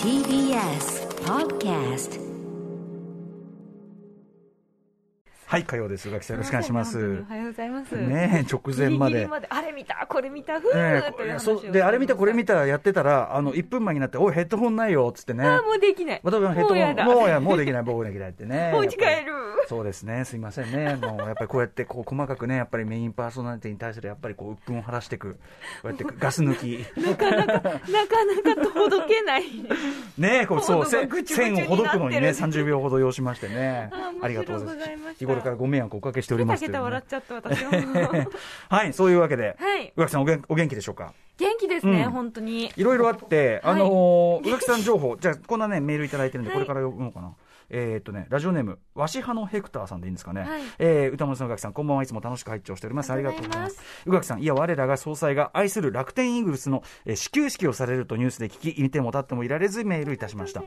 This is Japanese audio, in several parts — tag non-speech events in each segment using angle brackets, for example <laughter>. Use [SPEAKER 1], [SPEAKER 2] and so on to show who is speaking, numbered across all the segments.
[SPEAKER 1] TBS Podcast
[SPEAKER 2] はい、火曜です。がきさんよろしくお願いします
[SPEAKER 3] お。はようございます。
[SPEAKER 2] ねえ、直前ま
[SPEAKER 3] ギリギ
[SPEAKER 2] で
[SPEAKER 3] リ。あれ見た、これ見た、ふう
[SPEAKER 2] え
[SPEAKER 3] ーっていう
[SPEAKER 2] え、
[SPEAKER 3] 話を
[SPEAKER 2] そう、で、あれ見た、これ見た、やってたら、あの、1分前になって、おい、ヘッドホンないよ、っつってね。
[SPEAKER 3] あーもうできない。
[SPEAKER 2] 私もヘッド
[SPEAKER 3] もうやだ
[SPEAKER 2] ホン、もうや、もうできない、僕できないっ
[SPEAKER 3] <laughs>
[SPEAKER 2] てね。
[SPEAKER 3] お家帰
[SPEAKER 2] やっぱり
[SPEAKER 3] る。
[SPEAKER 2] <laughs> そうですね、すいませんね。もう、やっぱりこうやって、こう、細かくね、やっぱりメインパーソナリティに対する、やっぱりこう、鬱憤を晴らしていく。こうやって、ガス
[SPEAKER 3] <laughs>
[SPEAKER 2] 抜き。
[SPEAKER 3] なかなかとほどけない。
[SPEAKER 2] ねえ、こう、そ
[SPEAKER 3] 喉
[SPEAKER 2] う、
[SPEAKER 3] が
[SPEAKER 2] せ
[SPEAKER 3] ぐちゅぐちゅ
[SPEAKER 2] 線をほどくのに
[SPEAKER 3] に
[SPEAKER 2] ね、
[SPEAKER 3] なってる
[SPEAKER 2] 30秒ほど要しましてね
[SPEAKER 3] あー。
[SPEAKER 2] ありがとうご
[SPEAKER 3] 面白
[SPEAKER 2] ざい
[SPEAKER 3] いござい
[SPEAKER 2] ま。
[SPEAKER 3] ますした
[SPEAKER 2] 日頃からご迷惑をおかけしておりま
[SPEAKER 3] た
[SPEAKER 2] す
[SPEAKER 3] け
[SPEAKER 2] け
[SPEAKER 3] た
[SPEAKER 2] ど
[SPEAKER 3] 笑
[SPEAKER 2] ね
[SPEAKER 3] っ。ちゃった、私
[SPEAKER 2] <laughs>
[SPEAKER 3] も。
[SPEAKER 2] はい、そういうわけで。
[SPEAKER 3] はい。
[SPEAKER 2] 宇垣さんおげんお元気でしょうか
[SPEAKER 3] 元気ですね、
[SPEAKER 2] うん
[SPEAKER 3] 本当に。
[SPEAKER 2] いろいろあって、
[SPEAKER 3] はい
[SPEAKER 2] あのー、宇垣さん情報、じゃあ、こんなね、メールいただいてるんで、
[SPEAKER 3] は
[SPEAKER 2] こ
[SPEAKER 3] い
[SPEAKER 2] れから読もうかな。えーっとね、ラジオネーム、わし派のヘクターさんでいいんですかね。
[SPEAKER 3] はい
[SPEAKER 2] えー歌丸さん、宇垣さん、こんばんはいつも楽しく拝聴しております。あ
[SPEAKER 3] あ
[SPEAKER 2] り
[SPEAKER 3] り
[SPEAKER 2] が
[SPEAKER 3] が
[SPEAKER 2] と
[SPEAKER 3] とう
[SPEAKER 2] う
[SPEAKER 3] ご
[SPEAKER 2] ござ
[SPEAKER 3] ざい
[SPEAKER 2] いま
[SPEAKER 3] ます
[SPEAKER 2] す。宇垣さん、いや、我らが総裁が愛する楽天イーグルスの、えー始球式をされるとニュースで聞き、いても立ってもいられずメールいたしました。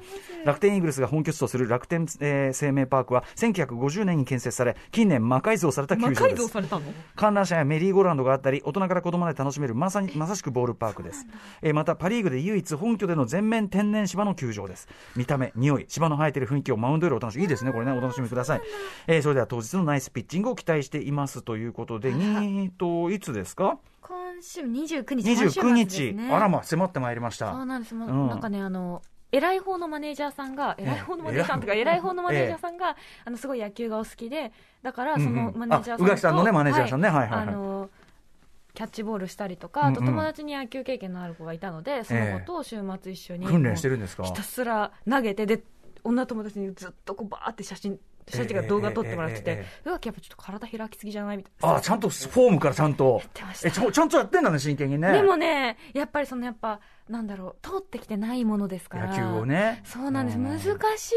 [SPEAKER 2] 楽天イーグルスが本拠地とする楽天、えー生命パークは、1950年に建設され、近年魔改造された球
[SPEAKER 3] 魔
[SPEAKER 2] 場
[SPEAKER 3] 改
[SPEAKER 2] です
[SPEAKER 3] 造。されたの
[SPEAKER 2] 観覧車やメリーゴーラウンドがあったり大人から子供まで楽しめるまさにまさしくボールパークです、えーまたパ・リーグで唯一本拠での全面天然芝の球場です見た目匂い芝の生えてる雰囲気をマウンドよりお楽しみいいですねこれねお楽しみください、えーそれでは当日のナイスピッチングを期待していますということでにといつですか
[SPEAKER 4] 今週29日今週
[SPEAKER 2] 29
[SPEAKER 4] 末
[SPEAKER 2] 日、
[SPEAKER 4] ですね
[SPEAKER 2] あらま迫ってまいりまし
[SPEAKER 4] そう
[SPEAKER 2] た
[SPEAKER 4] なんですもう、
[SPEAKER 2] うん
[SPEAKER 4] なんかねあの偉い方のマネージャーさんが
[SPEAKER 2] え
[SPEAKER 4] 偉い方のマネージャーさんとか
[SPEAKER 2] 偉い
[SPEAKER 4] 偉い方のマネージャーさんが、あのすごい野球がお好きでだからその
[SPEAKER 2] うんうん
[SPEAKER 4] マネージャーさんと、
[SPEAKER 2] あ宇垣さんのねマネージャーさんねはいはいはい
[SPEAKER 4] あのキャッチボールしたりとか、あと
[SPEAKER 2] うんうん
[SPEAKER 4] 友達に野球経験のある子がいたのでその子と週末一緒に、
[SPEAKER 2] 訓練して
[SPEAKER 4] る
[SPEAKER 2] るんですか
[SPEAKER 4] ひたすら投げてで女友達にずっとこうバーって写真写真っていうか動画撮ってもらって
[SPEAKER 2] えええええ
[SPEAKER 4] て
[SPEAKER 2] え
[SPEAKER 4] 宇垣やっぱちょっと体開きすぎじゃないみたいな
[SPEAKER 2] あちゃんとフォームからちゃんと
[SPEAKER 4] 言ってました
[SPEAKER 2] えちょちゃんとやってんだね真剣にね
[SPEAKER 4] でもね、やっぱりそのやっぱ、なんだろう、通ってきてないものですから。
[SPEAKER 2] 野球を。ね
[SPEAKER 4] そうなんです。
[SPEAKER 2] う
[SPEAKER 4] 難しい。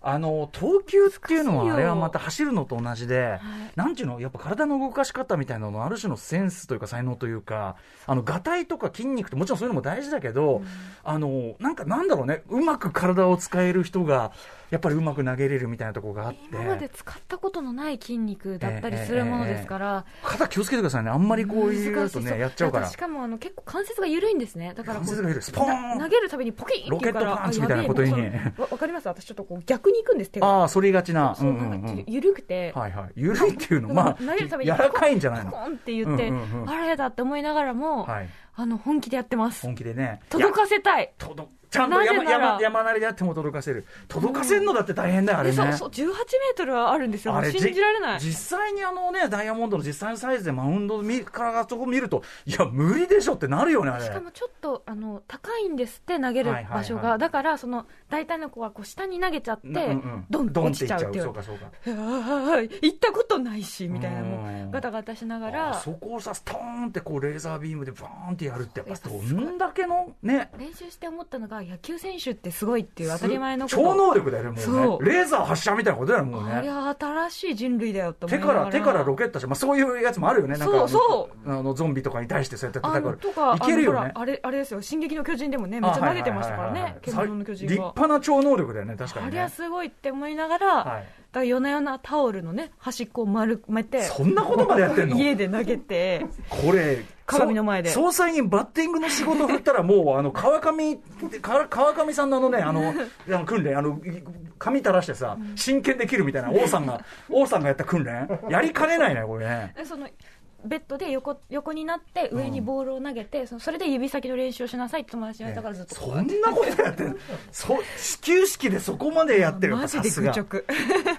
[SPEAKER 2] あの投球っていうの
[SPEAKER 4] 難し
[SPEAKER 2] は
[SPEAKER 4] いよ
[SPEAKER 2] あれはまた走るのと同じで、なんていうのやっぱ体の動かし方みたいなののある種のセンスというか才能というかあのがたいとか筋肉ってもちろんそういうのも大事だけど、あのなんかなんだろうねうまく体を使える人がやっぱりうまく投げれるみたいなところがあっ
[SPEAKER 4] 今まで
[SPEAKER 2] て
[SPEAKER 4] 使ったことのない筋肉だったりするものですから。
[SPEAKER 2] 肩気をつけてくださいねあんまりこういうや
[SPEAKER 4] 難
[SPEAKER 2] つ
[SPEAKER 4] し
[SPEAKER 2] と
[SPEAKER 4] い
[SPEAKER 2] ねやっちゃうから
[SPEAKER 4] あとしかもあの結構関節が緩いんですね。だからこ
[SPEAKER 2] 関節
[SPEAKER 4] う
[SPEAKER 2] が緩いスポー
[SPEAKER 4] な投
[SPEAKER 2] ン
[SPEAKER 4] げるたびにポキンっていうから
[SPEAKER 2] ロケットパンチみたいなことに
[SPEAKER 4] あやべえもうそのわわかります私ちょっとこう逆に行くんです手が。
[SPEAKER 2] ああそりがちな
[SPEAKER 4] そう
[SPEAKER 2] うんうんう
[SPEAKER 4] なん
[SPEAKER 2] ん
[SPEAKER 4] かちょっと緩くて。
[SPEAKER 2] はいはい緩いっていうのまあ
[SPEAKER 4] 投げるたびに
[SPEAKER 2] 柔らかいんじゃない
[SPEAKER 4] コ
[SPEAKER 2] の
[SPEAKER 4] ンって言って、
[SPEAKER 2] うんうんうん
[SPEAKER 4] あれだって思いながらも、
[SPEAKER 2] はい
[SPEAKER 4] あの本気でやってます
[SPEAKER 2] 本気でね
[SPEAKER 4] 届かせたい
[SPEAKER 2] 届ちゃんと
[SPEAKER 4] なぜ
[SPEAKER 2] 山
[SPEAKER 4] なら
[SPEAKER 2] 山山なりであっても届かせる届かせるのだって大変だよあれ
[SPEAKER 4] で
[SPEAKER 2] ね、
[SPEAKER 4] そうそう18メートルはあるんですよ
[SPEAKER 2] あれ
[SPEAKER 4] 信じられない
[SPEAKER 2] じ実際にあのねダイヤモンドの実際のサイズでマウンド見からそこ見るといや無理でしょってなるよねあれ
[SPEAKER 4] しかもちょっとあの高いんですって投げる
[SPEAKER 2] はいはいはい
[SPEAKER 4] 場所が、だからその大体の子はこう下に投げちゃって、
[SPEAKER 2] なうんうん
[SPEAKER 4] ドンと
[SPEAKER 2] ドン
[SPEAKER 4] 落ちちゃうってい
[SPEAKER 2] そううかそうか
[SPEAKER 4] ああ行ったことないしみたいな
[SPEAKER 2] う
[SPEAKER 4] も
[SPEAKER 2] ん
[SPEAKER 4] うガタガタしなが
[SPEAKER 2] あ
[SPEAKER 4] ら
[SPEAKER 2] そこをさストーンってこうレーザービームでバーンってやるってやっぱ
[SPEAKER 4] そ
[SPEAKER 2] ど
[SPEAKER 4] うやっぱすごい
[SPEAKER 2] んだけのね
[SPEAKER 4] 練習して思ったのが野球選手ってすごいっていう当たり前のこ
[SPEAKER 2] 超
[SPEAKER 4] と
[SPEAKER 2] 能力だよねも
[SPEAKER 4] そうう
[SPEAKER 2] ねレーザー発射みたいなことだよねもう
[SPEAKER 4] あれ
[SPEAKER 2] ね
[SPEAKER 4] は新しい人類だよと
[SPEAKER 2] 手
[SPEAKER 4] 思いな
[SPEAKER 2] か
[SPEAKER 4] が
[SPEAKER 2] ら
[SPEAKER 4] ら
[SPEAKER 2] 手からロケットして、まあ、そういうやつもあるよねなんか
[SPEAKER 4] そうそう
[SPEAKER 2] あのゾンビとかに対してそうやって
[SPEAKER 4] あ
[SPEAKER 2] 戦
[SPEAKER 4] の
[SPEAKER 2] う
[SPEAKER 4] とか
[SPEAKER 2] いけるよ
[SPEAKER 4] あの
[SPEAKER 2] ね
[SPEAKER 4] ほらあれあれですよ「進撃の巨人」でもねめっちゃ投げてましたから
[SPEAKER 2] はいはい
[SPEAKER 4] ね
[SPEAKER 2] はいはいはい
[SPEAKER 4] 獣の巨人
[SPEAKER 2] 立
[SPEAKER 4] が。
[SPEAKER 2] 派な超能力だよね確か
[SPEAKER 4] あ
[SPEAKER 2] に
[SPEAKER 4] れ
[SPEAKER 2] ね
[SPEAKER 4] はすごいって思いながら、
[SPEAKER 2] はい
[SPEAKER 4] だから夜な夜なタオルのね端っこを丸めて
[SPEAKER 2] そんなことまでやってんの
[SPEAKER 4] 家で投
[SPEAKER 2] <laughs>
[SPEAKER 4] げて
[SPEAKER 2] これ
[SPEAKER 4] 鏡の前で
[SPEAKER 2] そう総裁にバッティングの仕事振ったらもうあの川上か川上さんのあのねあのあの訓練あのい髪垂らしてさ真剣できるみたいな王さんが王さんがやった訓練やりかねないねこれね
[SPEAKER 4] でそのベッドで横横になって上にボールを投げて、そのそれで指先の練習をしなさいって友達に言われたからずっと、
[SPEAKER 2] そんなことやってんそ始球式でそこまでやってる
[SPEAKER 4] マジで愚
[SPEAKER 2] さすが <laughs>
[SPEAKER 4] 直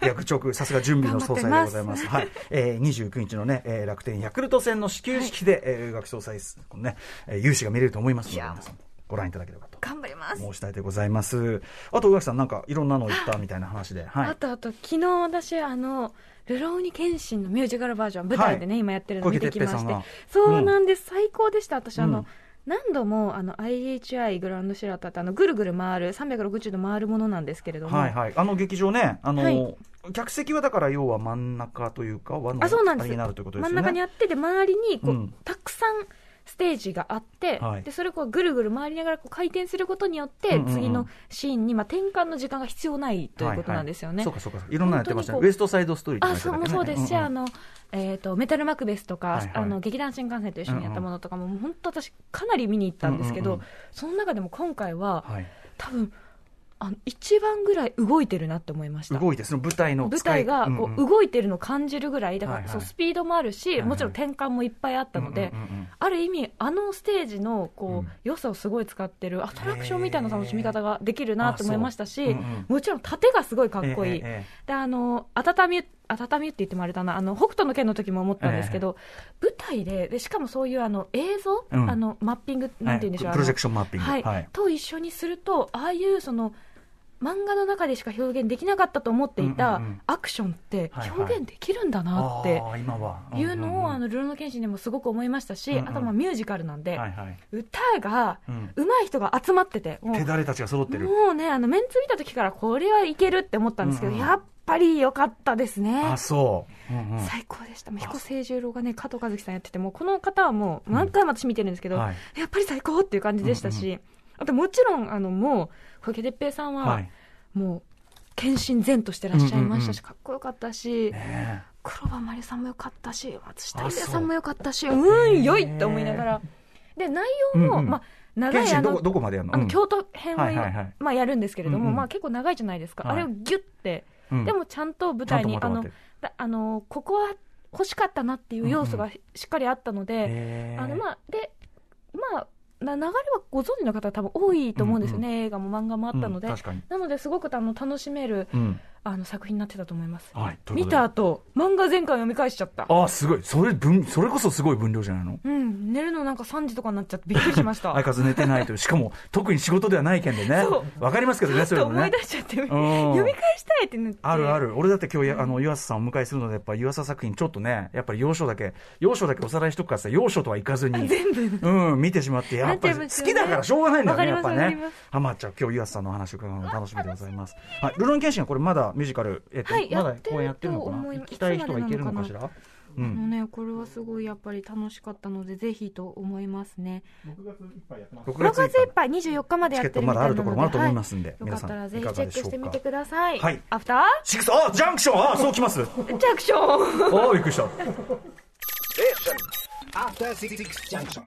[SPEAKER 2] 薬直、さすが準備の総裁でございます。はい、えー、29日のね、えー楽天ヤクルト戦の始球式で、えー、学総裁、このね、えー、勇姿が見れると思いますので、皆さんご覧いただければと。
[SPEAKER 4] 頑張ります
[SPEAKER 2] 申したいでございます。あと、宇垣さん、なんか、いろんなの言ったみたいな話で。は
[SPEAKER 4] あ
[SPEAKER 2] い。
[SPEAKER 4] とあと昨日私あの「ルローニケンシン」のミュージカルバージョン舞台でね、
[SPEAKER 2] はい
[SPEAKER 4] 今やってるの見てきま
[SPEAKER 2] 小池徹平
[SPEAKER 4] して
[SPEAKER 2] さんが
[SPEAKER 4] そうなんです、最高でした私あの、
[SPEAKER 2] うん
[SPEAKER 4] 何度もあの IHI グランドシアターってあのぐるぐる回る360度回るものなんですけれども、
[SPEAKER 2] はい、はい。あの劇場ね、あの、
[SPEAKER 4] はい
[SPEAKER 2] 客席はだから、要は真ん中というか、和の
[SPEAKER 4] あそうなんで
[SPEAKER 2] あ
[SPEAKER 4] す
[SPEAKER 2] れになるということです
[SPEAKER 4] 真
[SPEAKER 2] よ
[SPEAKER 4] ん
[SPEAKER 2] ね。
[SPEAKER 4] 中にあってで周りにこう、
[SPEAKER 2] うん
[SPEAKER 4] たくさんステージがあって、
[SPEAKER 2] はい
[SPEAKER 4] でそれをこうぐるぐる回りながらこう回転することによって、
[SPEAKER 2] うんうんうん
[SPEAKER 4] 次のシーンに、まあ、転換の時間が必要ないということなんですよね。
[SPEAKER 2] はいはいそうかそうかいろんなのやってましたね
[SPEAKER 4] 本当にこう
[SPEAKER 2] ウエストサイドストーリー
[SPEAKER 4] あそうもうそうですし、あ
[SPEAKER 2] の
[SPEAKER 4] のえー、とメタルマクベスとか、
[SPEAKER 2] はいはい
[SPEAKER 4] あの劇団新幹線と一緒にやったものとかも、もう本当、私、かなり見に行ったんですけど、
[SPEAKER 2] うんうんうん
[SPEAKER 4] その中でも今回は、
[SPEAKER 2] はい、
[SPEAKER 4] 多分あの一番ぐらい動いてるなって思いました。
[SPEAKER 2] 動いてその舞台の
[SPEAKER 4] 舞
[SPEAKER 2] 使い
[SPEAKER 4] 台がこ
[SPEAKER 2] ん
[SPEAKER 4] う動いてるのを感じるぐらい、だから、
[SPEAKER 2] はいはい
[SPEAKER 4] そうスピードもあるし、
[SPEAKER 2] いはい
[SPEAKER 4] もちろん転換もいっぱいあったので、
[SPEAKER 2] うんうんうんうん
[SPEAKER 4] ある意味、あのステージのこう、
[SPEAKER 2] うん
[SPEAKER 4] 良さをすごい使ってる、アトラクションみたいな楽しみ方ができるなと思いましたし、
[SPEAKER 2] へーあそううんうん
[SPEAKER 4] もちろん盾がすごいかっこいい、
[SPEAKER 2] えええ
[SPEAKER 4] であの温み温みって言ってもあれだなあの北斗の拳の時も思ったんですけど、舞台ででしかもそういうあの映像、
[SPEAKER 2] うん
[SPEAKER 4] あのマッピング
[SPEAKER 2] え
[SPEAKER 4] なんて言うんでしょう、
[SPEAKER 2] は
[SPEAKER 4] あ
[SPEAKER 2] いプ
[SPEAKER 4] の
[SPEAKER 2] ロジェクションマッピング
[SPEAKER 4] はいと一緒にするとああいうその漫画の中でしか表現できなかったと思っていた、
[SPEAKER 2] うんうんうん
[SPEAKER 4] アクションって
[SPEAKER 2] はいはい
[SPEAKER 4] 表現できるんだなって。
[SPEAKER 2] あー今は
[SPEAKER 4] いうのを、あ
[SPEAKER 2] の
[SPEAKER 4] のルロの剣士でもすごく思いましたし、
[SPEAKER 2] うんうん
[SPEAKER 4] あとまあミュージカルなんで、
[SPEAKER 2] はいはい
[SPEAKER 4] 歌が
[SPEAKER 2] うん
[SPEAKER 4] 上手い人が集まってて、もう
[SPEAKER 2] 手だれたちが揃ってる
[SPEAKER 4] もうね、あのメンツ見た時から、これはいけるって思ったんですけど、
[SPEAKER 2] うんうん
[SPEAKER 4] やっぱり良かったですね
[SPEAKER 2] あ。そう、うんうん
[SPEAKER 4] 最高でした。もう彦星十郎がね、加藤和樹さんやってて、もうこの方はもう何回も私見てるんですけど、
[SPEAKER 2] はい
[SPEAKER 4] やっぱり最高っていう感じでしたし、
[SPEAKER 2] うん
[SPEAKER 4] あともちろん、あのもう、小池哲平さん
[SPEAKER 2] は、
[SPEAKER 4] はいもう、献身善としてらっしゃいましたし、かっこよかったし、
[SPEAKER 2] ね
[SPEAKER 4] 黒羽麻里さんもよかったし、松下
[SPEAKER 2] あ
[SPEAKER 4] 由
[SPEAKER 2] そう
[SPEAKER 4] 也さんもよかったし、うん、良いって思いながら。で、内容も、
[SPEAKER 2] うんうん
[SPEAKER 4] まあ、
[SPEAKER 2] え
[SPEAKER 4] 長
[SPEAKER 2] 謙
[SPEAKER 4] いあ
[SPEAKER 2] 信ど
[SPEAKER 4] の
[SPEAKER 2] こ、どこまでやるの
[SPEAKER 4] あ
[SPEAKER 2] う
[SPEAKER 4] の
[SPEAKER 2] ん
[SPEAKER 4] 京都編は,、
[SPEAKER 2] はいはいはい
[SPEAKER 4] まあ、やるんですけれども、
[SPEAKER 2] うんうん
[SPEAKER 4] まあ、結構長いじゃないですか、
[SPEAKER 2] はい
[SPEAKER 4] あれをギュッて、
[SPEAKER 2] うん
[SPEAKER 4] でもちゃんと舞台に
[SPEAKER 2] ちゃ
[SPEAKER 4] あ
[SPEAKER 2] んとまとまっ
[SPEAKER 4] の
[SPEAKER 2] てる
[SPEAKER 4] だあのここは欲しかったなっていう要素
[SPEAKER 2] う
[SPEAKER 4] がしっかりあったので,、
[SPEAKER 2] へー
[SPEAKER 4] あのまあ、でまあな流れはご存知の方多分多いと思うんですよね、映画も漫画もあったので、
[SPEAKER 2] うん確かに
[SPEAKER 4] なので、すごくあの楽しめる
[SPEAKER 2] うん
[SPEAKER 4] あの作品になってたと思います。
[SPEAKER 2] はいという
[SPEAKER 4] 見
[SPEAKER 2] ことで
[SPEAKER 4] た後漫画全巻読み返しちゃった。
[SPEAKER 2] あーすごいそれ分それこそすごい分量じゃないの
[SPEAKER 4] うん、寝るのなんか3時とかになっちゃってびっくりしまし
[SPEAKER 2] <laughs>
[SPEAKER 4] た。
[SPEAKER 2] 相変わらず寝てないというしかも特に仕事ではない件でね
[SPEAKER 4] <laughs> そ
[SPEAKER 2] わかりますけどねそ
[SPEAKER 4] ちょっ
[SPEAKER 2] れ
[SPEAKER 4] と
[SPEAKER 2] も
[SPEAKER 4] 思い
[SPEAKER 2] ね
[SPEAKER 4] 出しちゃって、読
[SPEAKER 2] 読
[SPEAKER 4] み返したいってなって。
[SPEAKER 2] あるある、俺だって今日やあの湯浅さんをお迎えするので、やっぱ湯浅作品、ちょっとね、やっぱり要所だけ、要所だけおさらいしとくからさ、要所とはいかずに、
[SPEAKER 4] 全部
[SPEAKER 2] うん、見てしまって、やっぱり
[SPEAKER 4] なっちゃいます
[SPEAKER 2] 好き
[SPEAKER 4] よね
[SPEAKER 2] だからしょうがないんだよね、やっ
[SPEAKER 4] わ
[SPEAKER 2] ぱ
[SPEAKER 4] かります
[SPEAKER 2] ね
[SPEAKER 4] わかります。
[SPEAKER 2] ハマっちゃう、今日湯浅さんのお話伺うの楽しみでございます。はい、ルロンケンシンはこれ、まだミュージカル、えっと、
[SPEAKER 4] はい
[SPEAKER 2] ま
[SPEAKER 4] や
[SPEAKER 2] だ
[SPEAKER 4] ってる
[SPEAKER 2] 公演やってるのかな
[SPEAKER 4] と思いま
[SPEAKER 2] 行
[SPEAKER 4] す
[SPEAKER 2] きたい人が行けるのかしらう
[SPEAKER 4] あ
[SPEAKER 2] ん、
[SPEAKER 4] のね、これはすごいやっぱり楽しかったので、ぜひと思いますね。
[SPEAKER 2] 6
[SPEAKER 4] 6
[SPEAKER 2] 月いっ
[SPEAKER 4] 月いっ
[SPEAKER 2] ぱい
[SPEAKER 4] ぱい24日まで
[SPEAKER 2] チ
[SPEAKER 4] やっ
[SPEAKER 2] ケッ
[SPEAKER 4] て
[SPEAKER 2] ト
[SPEAKER 4] る
[SPEAKER 2] ま
[SPEAKER 4] み
[SPEAKER 2] だ
[SPEAKER 4] た
[SPEAKER 2] あ
[SPEAKER 4] いな
[SPEAKER 2] る
[SPEAKER 4] ので、
[SPEAKER 2] ところもあると思いますんで、
[SPEAKER 4] はいよ
[SPEAKER 2] 皆
[SPEAKER 4] かっ
[SPEAKER 2] さん
[SPEAKER 4] たらぜ
[SPEAKER 2] い
[SPEAKER 4] ひ
[SPEAKER 2] か
[SPEAKER 4] チ
[SPEAKER 2] が
[SPEAKER 4] ェ
[SPEAKER 2] で
[SPEAKER 4] ック
[SPEAKER 2] しょ
[SPEAKER 4] して
[SPEAKER 2] う
[SPEAKER 4] み
[SPEAKER 2] か
[SPEAKER 4] てください。
[SPEAKER 2] はい
[SPEAKER 4] アフタ
[SPEAKER 2] シックスあジャンクションあそうきますあ
[SPEAKER 4] ージャクション
[SPEAKER 2] ーびっくりした
[SPEAKER 5] After Six Junction.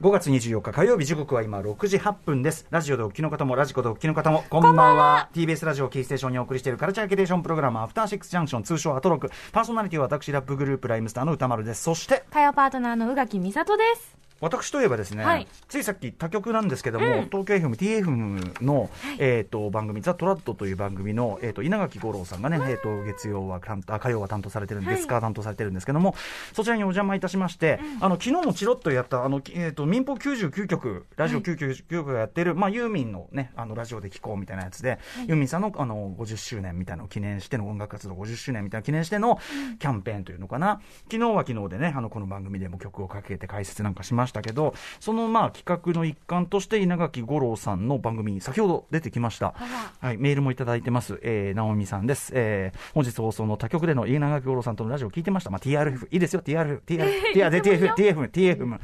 [SPEAKER 2] 5月24日火曜日時刻は今6時8分ですラジオでお聞きの方もラジコでお聞きの方もこんばんは TBS ラジオキーステーションにお送りしているカルチャーキュレーションプログラムアフターシックスジャンクション通称アトロクパーソナリティは私ラップグループライムスターの歌丸ですそして
[SPEAKER 4] 火曜パートナーの宇垣美里です。
[SPEAKER 2] 私といえばですね、
[SPEAKER 4] はい
[SPEAKER 2] ついさっき他局なんですけども、東京 FM、TFM の、えー、と番組、ザ・トラッドという番組の、えー、と稲垣吾郎さんがね、えー、と月曜は担当あ火曜は担当されてるんですか、担当されてるんですけども、そちらにお邪魔いたしまして、あの昨日もチロッとやったあの、きえー、と民放99局、ラジオ99局がやってる、まあ、ユーミンの,、ね、あのラジオで聴こうみたいなやつで、ユーミンさんのあの50周年みたいなのを記念しての音楽活動50周年みたいなのを記念してのキャンペーンというのかな、昨日は昨日でね、あのこの番組でも曲をかけて解説なんかしましたけど、そのまあ企画の一環として、稲垣吾郎さんの番組に先ほど出てきました。はい、メールもいただいてます。えー、直美さんです。えー、本日放送の他局での稲垣吾郎さんとのラジオを聞いてました。まあ、TRF、いいですよ、TRF、TRF、TRF、TFM、TFM、TFM、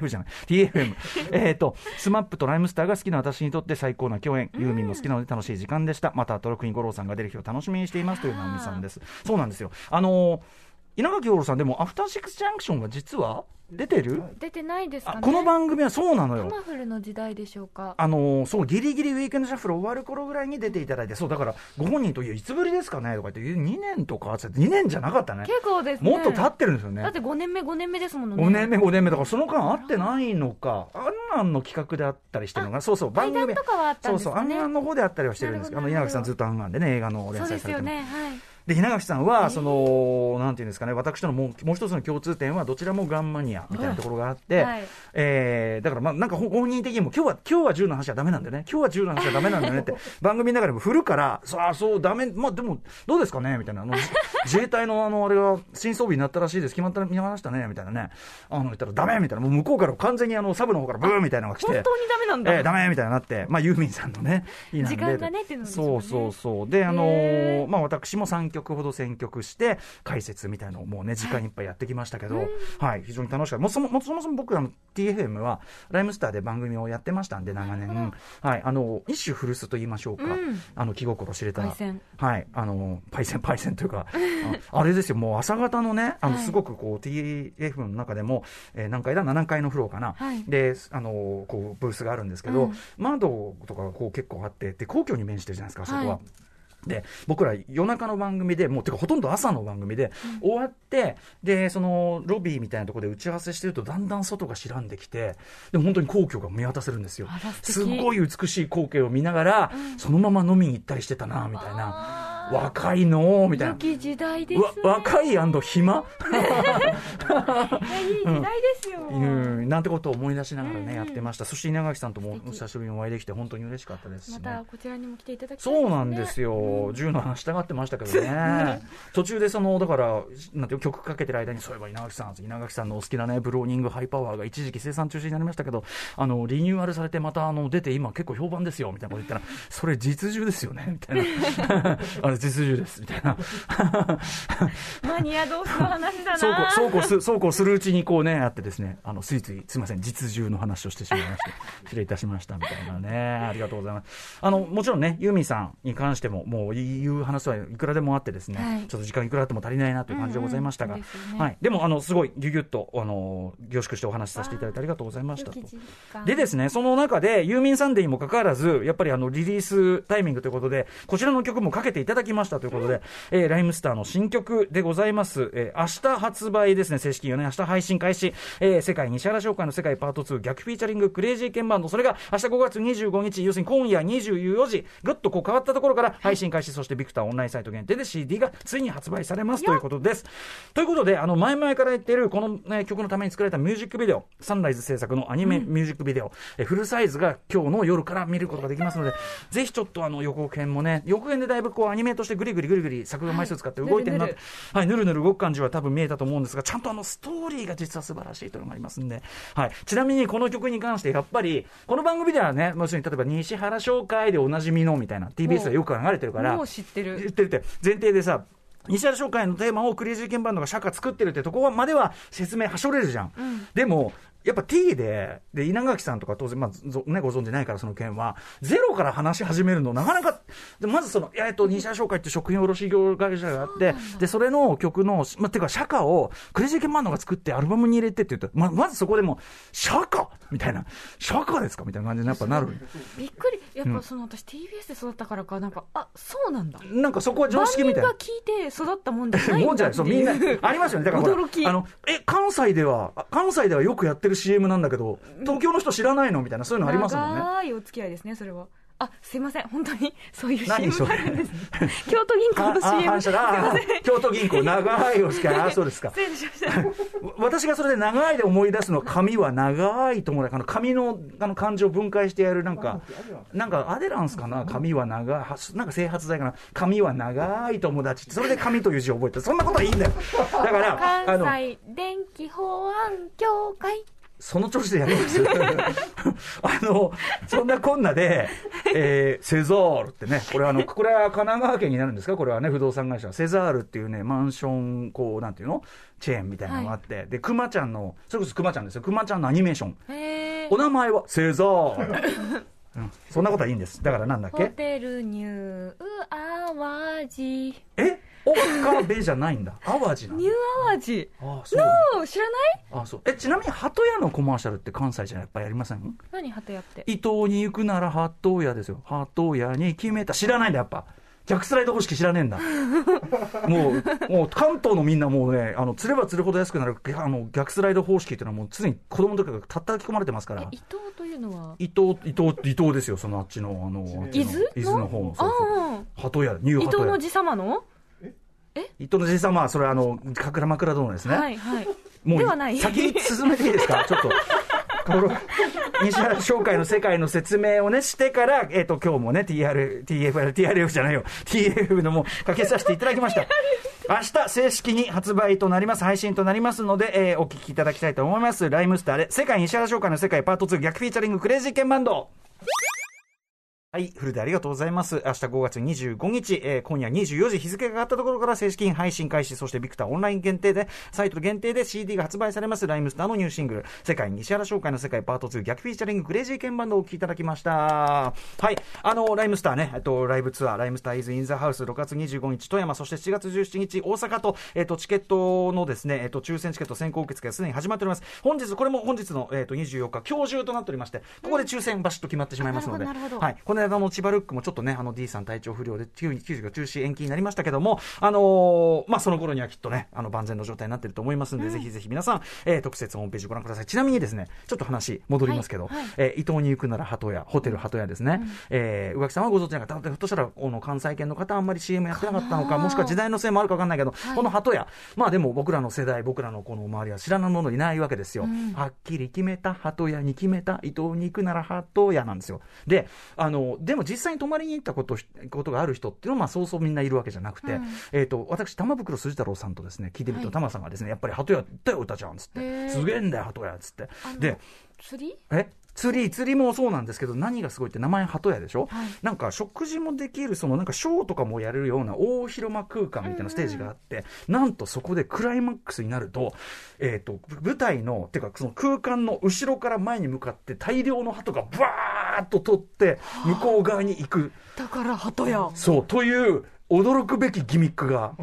[SPEAKER 2] TRF じゃない、TFM。えっと、スマップとライムスターが好きな私にとって最高な共演、ユーミンも好きなので楽しい時間でした。また、トロクイン五郎さんが出る日を楽しみにしていますという直美さんです。そうなんですよ。あのー稲垣吾郎さんでも、アフターシックスジャンクションは実は出てる
[SPEAKER 6] 出てないですか
[SPEAKER 2] あ
[SPEAKER 6] ね
[SPEAKER 2] この番組はそうなの
[SPEAKER 6] パ
[SPEAKER 2] よ。
[SPEAKER 6] ワフルの時代でしょうか
[SPEAKER 2] あのーそうギリギリウィークエンドシャッフル終わる頃ぐらいに出ていただいて、そうだからご本人といやいつぶりですかねとか言って、2年とかって2年じゃなかったね、
[SPEAKER 6] 結構ですね
[SPEAKER 2] もっと経ってるんですよね
[SPEAKER 6] だっ。て5年目5年目ですものね
[SPEAKER 2] 5年目、5年目だから、その間会ってないのか、あんあんの企画であったりしてるのかな、そうそう、番組
[SPEAKER 6] 対談とかはあったんです
[SPEAKER 2] そ
[SPEAKER 6] ね
[SPEAKER 2] うそう、あんあんの方であったりはしてるんですけど、あ
[SPEAKER 6] なるほ
[SPEAKER 2] の
[SPEAKER 6] ど
[SPEAKER 2] 稲垣さん、ずっとあんあんでね、映画の連
[SPEAKER 6] そう
[SPEAKER 2] 載
[SPEAKER 6] で
[SPEAKER 2] さ
[SPEAKER 6] す
[SPEAKER 2] れて
[SPEAKER 6] よ
[SPEAKER 2] る
[SPEAKER 6] ねはい
[SPEAKER 2] で稲垣さんは、そのなんていうんですかね、私とのもうもう一つの共通点は、どちらもガンマニアみたいなところがあって、
[SPEAKER 6] はい
[SPEAKER 2] えーだから、まあ、なんかほ本人的にも、今日は今日は銃の話はだめなんだよね、今日は銃の話はだめなんだよねって <laughs> 番組の中でも振るから、さあ、そう、だめ、まあ、でも、どうですかねみたい <laughs> な、あの自衛隊のあのあれが新装備になったらしいです、決まった、見ましたねみたいなね、あの言ったら、だめみたいな、もう向こうから完全にあのサブの方からブーみたいなのが来て。
[SPEAKER 4] 本当にダメなんだ。
[SPEAKER 2] えー、ダメみたいになって、まあ、ユーミンさんのね、いいなんで
[SPEAKER 6] 時間がねっていうのですよね
[SPEAKER 2] そうそうそう、で、あのーまあ、私も3曲ほど選曲して解説みたいのをもうね時間いっぱいやってきましたけど、はい、非常に楽しかったもうそももうそもそも僕あの TFM はライムスターで番組をやってましたんで長年、はい、あの一種古巣と言いましょうか、
[SPEAKER 3] うん
[SPEAKER 2] あの気心知れた
[SPEAKER 3] パイセン
[SPEAKER 2] はい、あのパイセンパイセンというかああれですよもう朝方のねあの
[SPEAKER 3] はい
[SPEAKER 2] すごくこう TFM の中でも、えー何階だ7階のフローかな、
[SPEAKER 3] はい
[SPEAKER 2] ですあのこうブースがあるんですけど、
[SPEAKER 3] うん
[SPEAKER 2] 窓とかがこう結構あってで皇居に面してるじゃないですかそこは。
[SPEAKER 3] はい
[SPEAKER 2] で僕ら夜中の番組でもうてかほとんど朝の番組で、終わってでそのロビーみたいなところで打ち合わせしてるとだんだん外が白んできてでも本当に皇居が見渡せるんですよ
[SPEAKER 3] あら素敵
[SPEAKER 2] すごい美しい光景を見ながら、そのまま飲みに行ったりしてたなみたいな若いのーみたい
[SPEAKER 3] 良
[SPEAKER 2] な。
[SPEAKER 3] き時代で
[SPEAKER 2] う
[SPEAKER 3] す
[SPEAKER 2] わ若い暇
[SPEAKER 4] いい時代ですよ。
[SPEAKER 2] うん、なんてことを思い出しながらね、
[SPEAKER 3] うんうん
[SPEAKER 2] やってましたそして稲垣さんとも
[SPEAKER 3] 素敵
[SPEAKER 2] お久しぶりにお会いできて本当に嬉しかったですし、ね、
[SPEAKER 4] またこちらにも来ていただきたい
[SPEAKER 2] そうなんです
[SPEAKER 4] よ。
[SPEAKER 2] よ、銃の話したがってましたけどね、途中でそのだからなんていうの曲かけてる間に、そういえば稲垣さん、稲垣さんのお好きなね、ブローニングハイパワーが一時期生産中止になりましたけど、あのリニューアルされて、またあの出て、今、結構評判ですよみたいなこと言ったら、それ、実銃ですよねみたい
[SPEAKER 4] <laughs>
[SPEAKER 2] な、あれ、実銃ですみたいな、
[SPEAKER 4] マニア同士の話だな。
[SPEAKER 2] そうこうそうこ
[SPEAKER 3] <laughs>
[SPEAKER 2] うすそうこうするうちにこうねあってですねあのついついすみません実銃の話をしてしまいまして <laughs> 失礼いたしましたみたい
[SPEAKER 3] <laughs>
[SPEAKER 2] なねありがとうございますあのもちろんねユーミンさんに関してももう言う話はいくらでもあってですね、
[SPEAKER 3] はい
[SPEAKER 2] ちょっと時間いくらあっても足りないなという感じでございましたが、
[SPEAKER 3] うんうんそうですね
[SPEAKER 2] はいでもあのすごいギュギュッとあの凝縮してお話しさせていただいてありがとうございましたと
[SPEAKER 4] 良き時間
[SPEAKER 2] でですね、その中で、ユーミンサンデーにもかかわらず、やっぱりあの、リリースタイミングということで、こちらの曲もかけていただきましたということで、えーライムスターの新曲でございます。えー明日発売ですね、正式にね、明日配信開始、えー世界西原商会の世界パート2逆フィーチャリングクレイジーケンバンド、それが明日5月25日、要するに今夜24時、ぐっとこう変わったところから配信開始、そしてビクターオンラインサイト限定で CD がついに発売されますということです。ということで、あの、前々から言っている、この、ね、曲のために作られたミュージックビデオ、サンライズ制作のアニメミュージックビデオ、えフルサイズが今日の夜から見ることができますので、ぜひちょっとあの予告編もね、予告編でだいぶこうアニメとしてぐりぐりぐりぐり作画枚数使って動いてるなって、はい、ぬるぬる動く感じは多分見えたと思うんですが、ちゃんとあのストーリーが実は素晴らしいというのがありますんで、はい、ちなみにこの曲に関してやっぱり、この番組ではね、要するに例えば西原商会でおなじみのみたいな、TBS でよく流れてるから、
[SPEAKER 3] もう知ってる
[SPEAKER 2] 言ってるって前提でさ西原商会のテーマをクレイジーケンバンドが社歌作ってるってとこはまでは説明はしょれるじゃん、でもやっぱ T でで稲垣さんとか当然、まあぞね、ご存じないからその件はゼロから話し始めるのなかなかでまずその、えっと西原商会って食品卸業会社があってでそれの曲の、まあ、てか社歌をクレイジーケンバンドが作ってアルバムに入れてって言うとままずそこでも社歌みたいな社歌ですかみたいな感じにやっぱなる。
[SPEAKER 3] びっくりやっぱその私 TBS で育ったからかなんかあそうなんだ
[SPEAKER 2] なんかそこは常
[SPEAKER 3] 番
[SPEAKER 2] 識
[SPEAKER 3] 組
[SPEAKER 2] みたいな
[SPEAKER 3] が聞いて育ったもんじゃない
[SPEAKER 2] もうんじゃ
[SPEAKER 3] だ
[SPEAKER 2] な
[SPEAKER 3] っ
[SPEAKER 2] い、
[SPEAKER 3] て
[SPEAKER 2] そう、みん
[SPEAKER 3] い
[SPEAKER 2] な
[SPEAKER 3] う、
[SPEAKER 2] ありますよね。だからほら、
[SPEAKER 3] 驚き
[SPEAKER 2] あの、え、関西では、あ関西ではよくやってる CM なんだけど、東京の人知らないのみたいな、そういうのありますもんね。
[SPEAKER 3] 長いお付き合いですねそれはあすいません本当にそういう
[SPEAKER 2] 何
[SPEAKER 3] CM
[SPEAKER 2] それ
[SPEAKER 3] があるんですね京都銀行の CM
[SPEAKER 2] 社だ。あ京都銀行、長いお付き合い。あ、そう
[SPEAKER 3] <laughs>
[SPEAKER 2] ですか。
[SPEAKER 3] 失礼しました
[SPEAKER 2] わ私がそれで長いで思い出すのは、髪は長いと思う。あの、髪の、あの、漢字を分解してやる、なんか、なんか、アデランスかな髪は長い。はなんか、整髪剤かな髪は長い友達って、それで髪という字を覚えて、そんなことはいいんだよ。だから、あ
[SPEAKER 4] 関
[SPEAKER 2] の、
[SPEAKER 4] 西電気法案協会。
[SPEAKER 2] その調子でやるんですよ。 <laughs> あの、そんなこんなで、えーセザールってね、これはあの、これは神奈川県になるんですかこれはね、不動産会社。セザールっていうね、マンション、こう、なんていうのチェーンみたいなのがあって、で、クマちゃんの、それこそクマちゃんですよ。クマちゃんのアニメーション。
[SPEAKER 4] へえ
[SPEAKER 2] お。名前はセザール。うんそんなことはいいんです。だからなんだっ
[SPEAKER 4] ホ
[SPEAKER 2] け
[SPEAKER 4] テルニューアワジ。
[SPEAKER 2] えおかべじゃないんだ。淡路なん
[SPEAKER 3] ニ
[SPEAKER 2] だ
[SPEAKER 3] ュー。アワジ
[SPEAKER 2] ああ、そうなんだ。
[SPEAKER 3] お知らない
[SPEAKER 2] ああ、そう。え、ちなみに、鳩屋のコマーシャルって関西じゃやっぱりありません
[SPEAKER 3] 何鳩やって
[SPEAKER 2] 伊東に行くなら八頭屋ですよ八頭屋に決めた知らないんだやっぱ逆スライド方式知らねえんだ <laughs> もうもう関東のみんなもうねあの釣れば釣るほど安くなるあの逆スライド方式っていうのはもう常に子供の時から叩き込まれてますから
[SPEAKER 3] 伊藤というのは
[SPEAKER 2] 伊東伊東伊東ですよそのあっちのあのあっち
[SPEAKER 3] 伊
[SPEAKER 2] の
[SPEAKER 3] 豆の
[SPEAKER 2] 伊豆の方のそうそう
[SPEAKER 3] あ
[SPEAKER 2] 鳩屋ニュ
[SPEAKER 3] あ
[SPEAKER 2] ー
[SPEAKER 3] 伊
[SPEAKER 2] 鳩
[SPEAKER 3] 藤
[SPEAKER 2] 屋
[SPEAKER 3] の爺様の
[SPEAKER 2] 伊藤のじいさんまあそれはあのかくら枕殿ですね、
[SPEAKER 3] はいはい
[SPEAKER 2] <laughs> もう
[SPEAKER 3] ではない
[SPEAKER 2] 先に進めていいで
[SPEAKER 3] <laughs>
[SPEAKER 2] すかちょっと。この西原商会の世界の説明をねしてから、えっ、と、今日もね、TR、TFR、TRF じゃないよ、TF のもかけさせていただき
[SPEAKER 3] <laughs>
[SPEAKER 2] ました。明日正式に発売となります、配信となりますので、えーお聞きいただきたいと思います。ライムスターで、世界西原商会の世界パート2逆フィーチャリングクレイジーケンバンド。はい、フルでありがとうございます。明日5月25日、えー今夜24時日付が変わったところから正式に配信開始、そしてビクターオンライン限定で、サイト限定で CD が発売されます、ライムスターのニューシングル、世界西原商会の世界パート2逆フィーチャリングクレイジーケンバンドをお聴きいただきました。はい、あの、ライムスターね、えっと、ライブツアー、ライムスターイズインザハウス6月25日富山、そして7月17日大阪と、えっと、チケットのですね、えっと、抽選チケット先行受付がすでに始まっております。本日、これも本日の、えっと、24日、今日中となっておりまして、ここで抽選バシッと決まってしまいますので、
[SPEAKER 4] なるほどなるほど
[SPEAKER 2] はい、この間の千葉ルックもちょっとね、あの D さん体調不良で急に急遽中止延期になりましたけども、あのーまあ、その頃にはきっとね、あの万全の状態になってると思いますんで、ぜひぜひ皆さん、えー特設ホームページご覧ください。ちなみにですね、ちょっと話戻りますけど、えー伊東に行くなら鳩屋、ホテル鳩屋ですね。えー宇垣さんはご存知なかった。ひょっとしたら、この関西圏の方あんまり CM やってなかったのか、もしくは時代のせいもあるかわかんないけど、この鳩屋、まあでも僕らの世代、僕らのこの周りは知らないものいないわけですよ。はっきり決めた、鳩屋に決めた、伊東に行くなら鳩屋なんですよ。で、あの、でも実際に泊まりに行ったことし、ことがある人っていうのは、まあそうそうみんないるわけじゃなくて、えっ、と、私、玉袋筋太郎さんとですね、聞いてみると、玉さんがですね、やっぱり鳩屋行ったよ、歌ちゃん、つって。すげえんだよ、鳩屋、つって。で、
[SPEAKER 4] 釣り
[SPEAKER 2] え釣り、釣りもそうなんですけど、何がすごいって名前鳩屋でしょ、なんか食事もできる、そのなんかショーとかもやれるような大広間空間みたいなステージがあって、なんとそこでクライマックスになると、えっ、と、舞台の、てかその空間の後ろから前に向かって大量の鳩がブワーッと取って、向こう側に行く。
[SPEAKER 3] だから鳩や
[SPEAKER 2] そう、という驚くべきギミックが。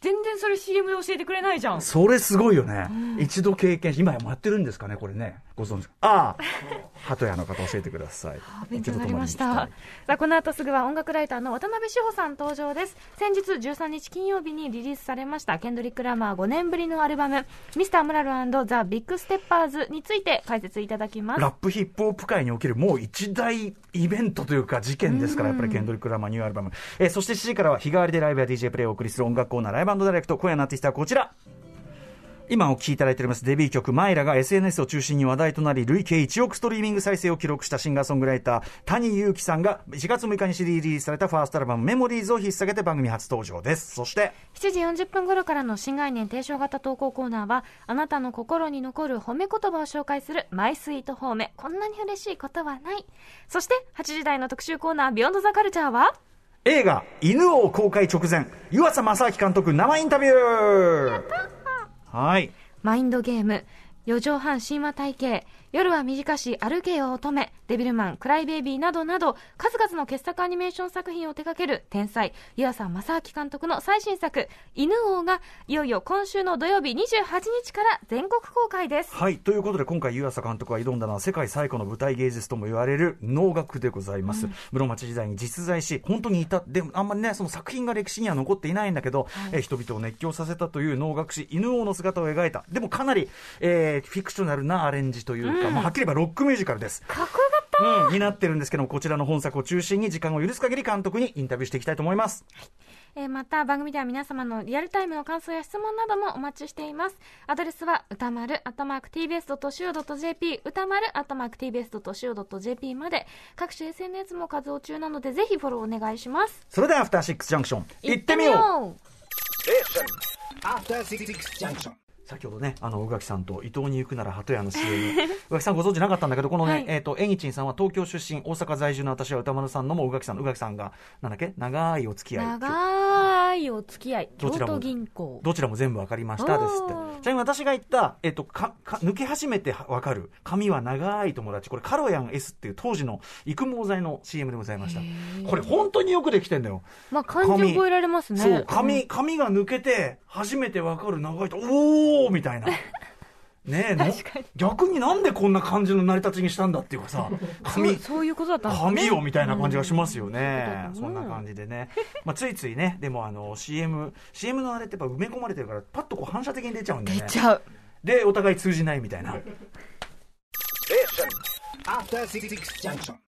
[SPEAKER 3] 全然それ CM で教えてくれないじゃん
[SPEAKER 2] それすごいよね、一度経験し今もやってるんですかねこれねご存知ああ鳩屋の方教えてください
[SPEAKER 4] 勉強になりまし
[SPEAKER 2] 一度泊
[SPEAKER 4] た
[SPEAKER 2] りに行き
[SPEAKER 4] さあこの後すぐは音楽ライターの渡辺志保さん登場です先日13日金曜日にリリースされましたケンドリック・ラマー5年ぶりのアルバム「ミスター・ムラルザ・ビッグ・ステッパーズ」について解説いただきま
[SPEAKER 2] たい
[SPEAKER 4] す
[SPEAKER 2] ラップヒップホップ界におけるもう一大イベントというか事件ですから、やっぱりケンドリック・ラマーニューアルバム、えーそして7時からは日替わりでライブや DJ プレイをお送りする音楽コーナーライブダイレクト今夜のアーティストはこちら今お聴きいただいておりますデビュー曲「マイラ」が SNS を中心に話題となり累計1億ストリーミング再生を記録したシンガーソングライター谷祐樹さんが4月6日に CD リリースされたファーストアルバム「メモリーズ」を引っ提げて番組初登場ですそして
[SPEAKER 4] 7時40分頃からの新概念提唱型投稿コーナーはあなたの心に残る褒め言葉を紹介する「マイスイート褒めこんなに嬉しいことはない」そして8時台の特集コーナー「ビヨンドザカルチャーは
[SPEAKER 2] 映画「犬王」公開直前湯浅正明監督生インタビューはい
[SPEAKER 4] マインドゲーム四畳半神話体系夜は短し歩けよ乙女デビルマンクライベイビーなどなど数々の傑作アニメーション作品を手掛ける天才湯浅正明監督の最新作「犬王」がいよいよ今週の土曜日28日から全国公開です
[SPEAKER 2] はいということで今回湯浅監督が挑んだのは世界最古の舞台芸術とも言われる能楽でございます、室町時代に実在し本当にいたでもあんまりねその作品が歴史には残っていないんだけど、えー人々を熱狂させたという能楽師犬王の姿を描いたでもかなり、えーフィクショナルなアレンジというか、まあ、はっきり言えばロックミュージカルです
[SPEAKER 4] かっこよかった
[SPEAKER 2] うん、になってるんですけどもこちらの本作を中心に時間を許す限り監督にインタビューしていきたいと思います
[SPEAKER 4] えーまた番組では皆様のリアルタイムの感想や質問などもお待ちしていますアドレスは歌丸 atmarktbs.co.jp 歌丸 atmarktbs.co.jp まで各種 SNS も活動中なのでぜひフォローお願いします
[SPEAKER 2] それではアフターシックスジャンクション行ってみよう
[SPEAKER 4] 行っ
[SPEAKER 7] After Six Junction.
[SPEAKER 2] 先ほどね、あの、宇垣さんと伊藤に行くなら鳩屋の CM。宇 <laughs> 垣さんご存知なかったんだけど、このね、
[SPEAKER 4] はい
[SPEAKER 2] えっ、と、えにちんさんは東京出身、大阪在住の私は歌丸さんのも宇垣さんの、宇垣さんが、なんだっけ、長いお付
[SPEAKER 4] て
[SPEAKER 2] き
[SPEAKER 4] みよ
[SPEAKER 2] 合
[SPEAKER 4] う
[SPEAKER 2] い。
[SPEAKER 4] 長いお付き合い京
[SPEAKER 2] どちらも
[SPEAKER 4] 都銀行
[SPEAKER 2] どちらも全部わかりましたですって。ち
[SPEAKER 4] お
[SPEAKER 2] な
[SPEAKER 4] ー
[SPEAKER 2] みに私が言った、えっ、とかか、抜け始めてわかる、髪は長い友達、これカロヤン S っていう当時の育毛剤の CM でございました。これ本当によくできてんだよ。
[SPEAKER 4] まあ漢字覚えられますね
[SPEAKER 2] そう、髪、髪が抜けて、初めてわかる長いと、おーみたいな。
[SPEAKER 3] <laughs>
[SPEAKER 2] ねえ、な逆になんでこんな感じの成り立ちにしたんだっていうか
[SPEAKER 3] <laughs>
[SPEAKER 2] さ、
[SPEAKER 3] そう
[SPEAKER 2] 髪、
[SPEAKER 3] そういうことだったんですね
[SPEAKER 2] 髪よみたいな感じがしますよね
[SPEAKER 4] う。ん
[SPEAKER 2] そんな感じでね。
[SPEAKER 3] <laughs>
[SPEAKER 2] まあ、ついついね、でもあの、CM、CM のあれってやっぱ埋め込まれてるから、パッとこう反射的に出ちゃうんでね
[SPEAKER 3] 出。ちゃう
[SPEAKER 2] で、お互い通じないみたいな。
[SPEAKER 7] After Six Junction.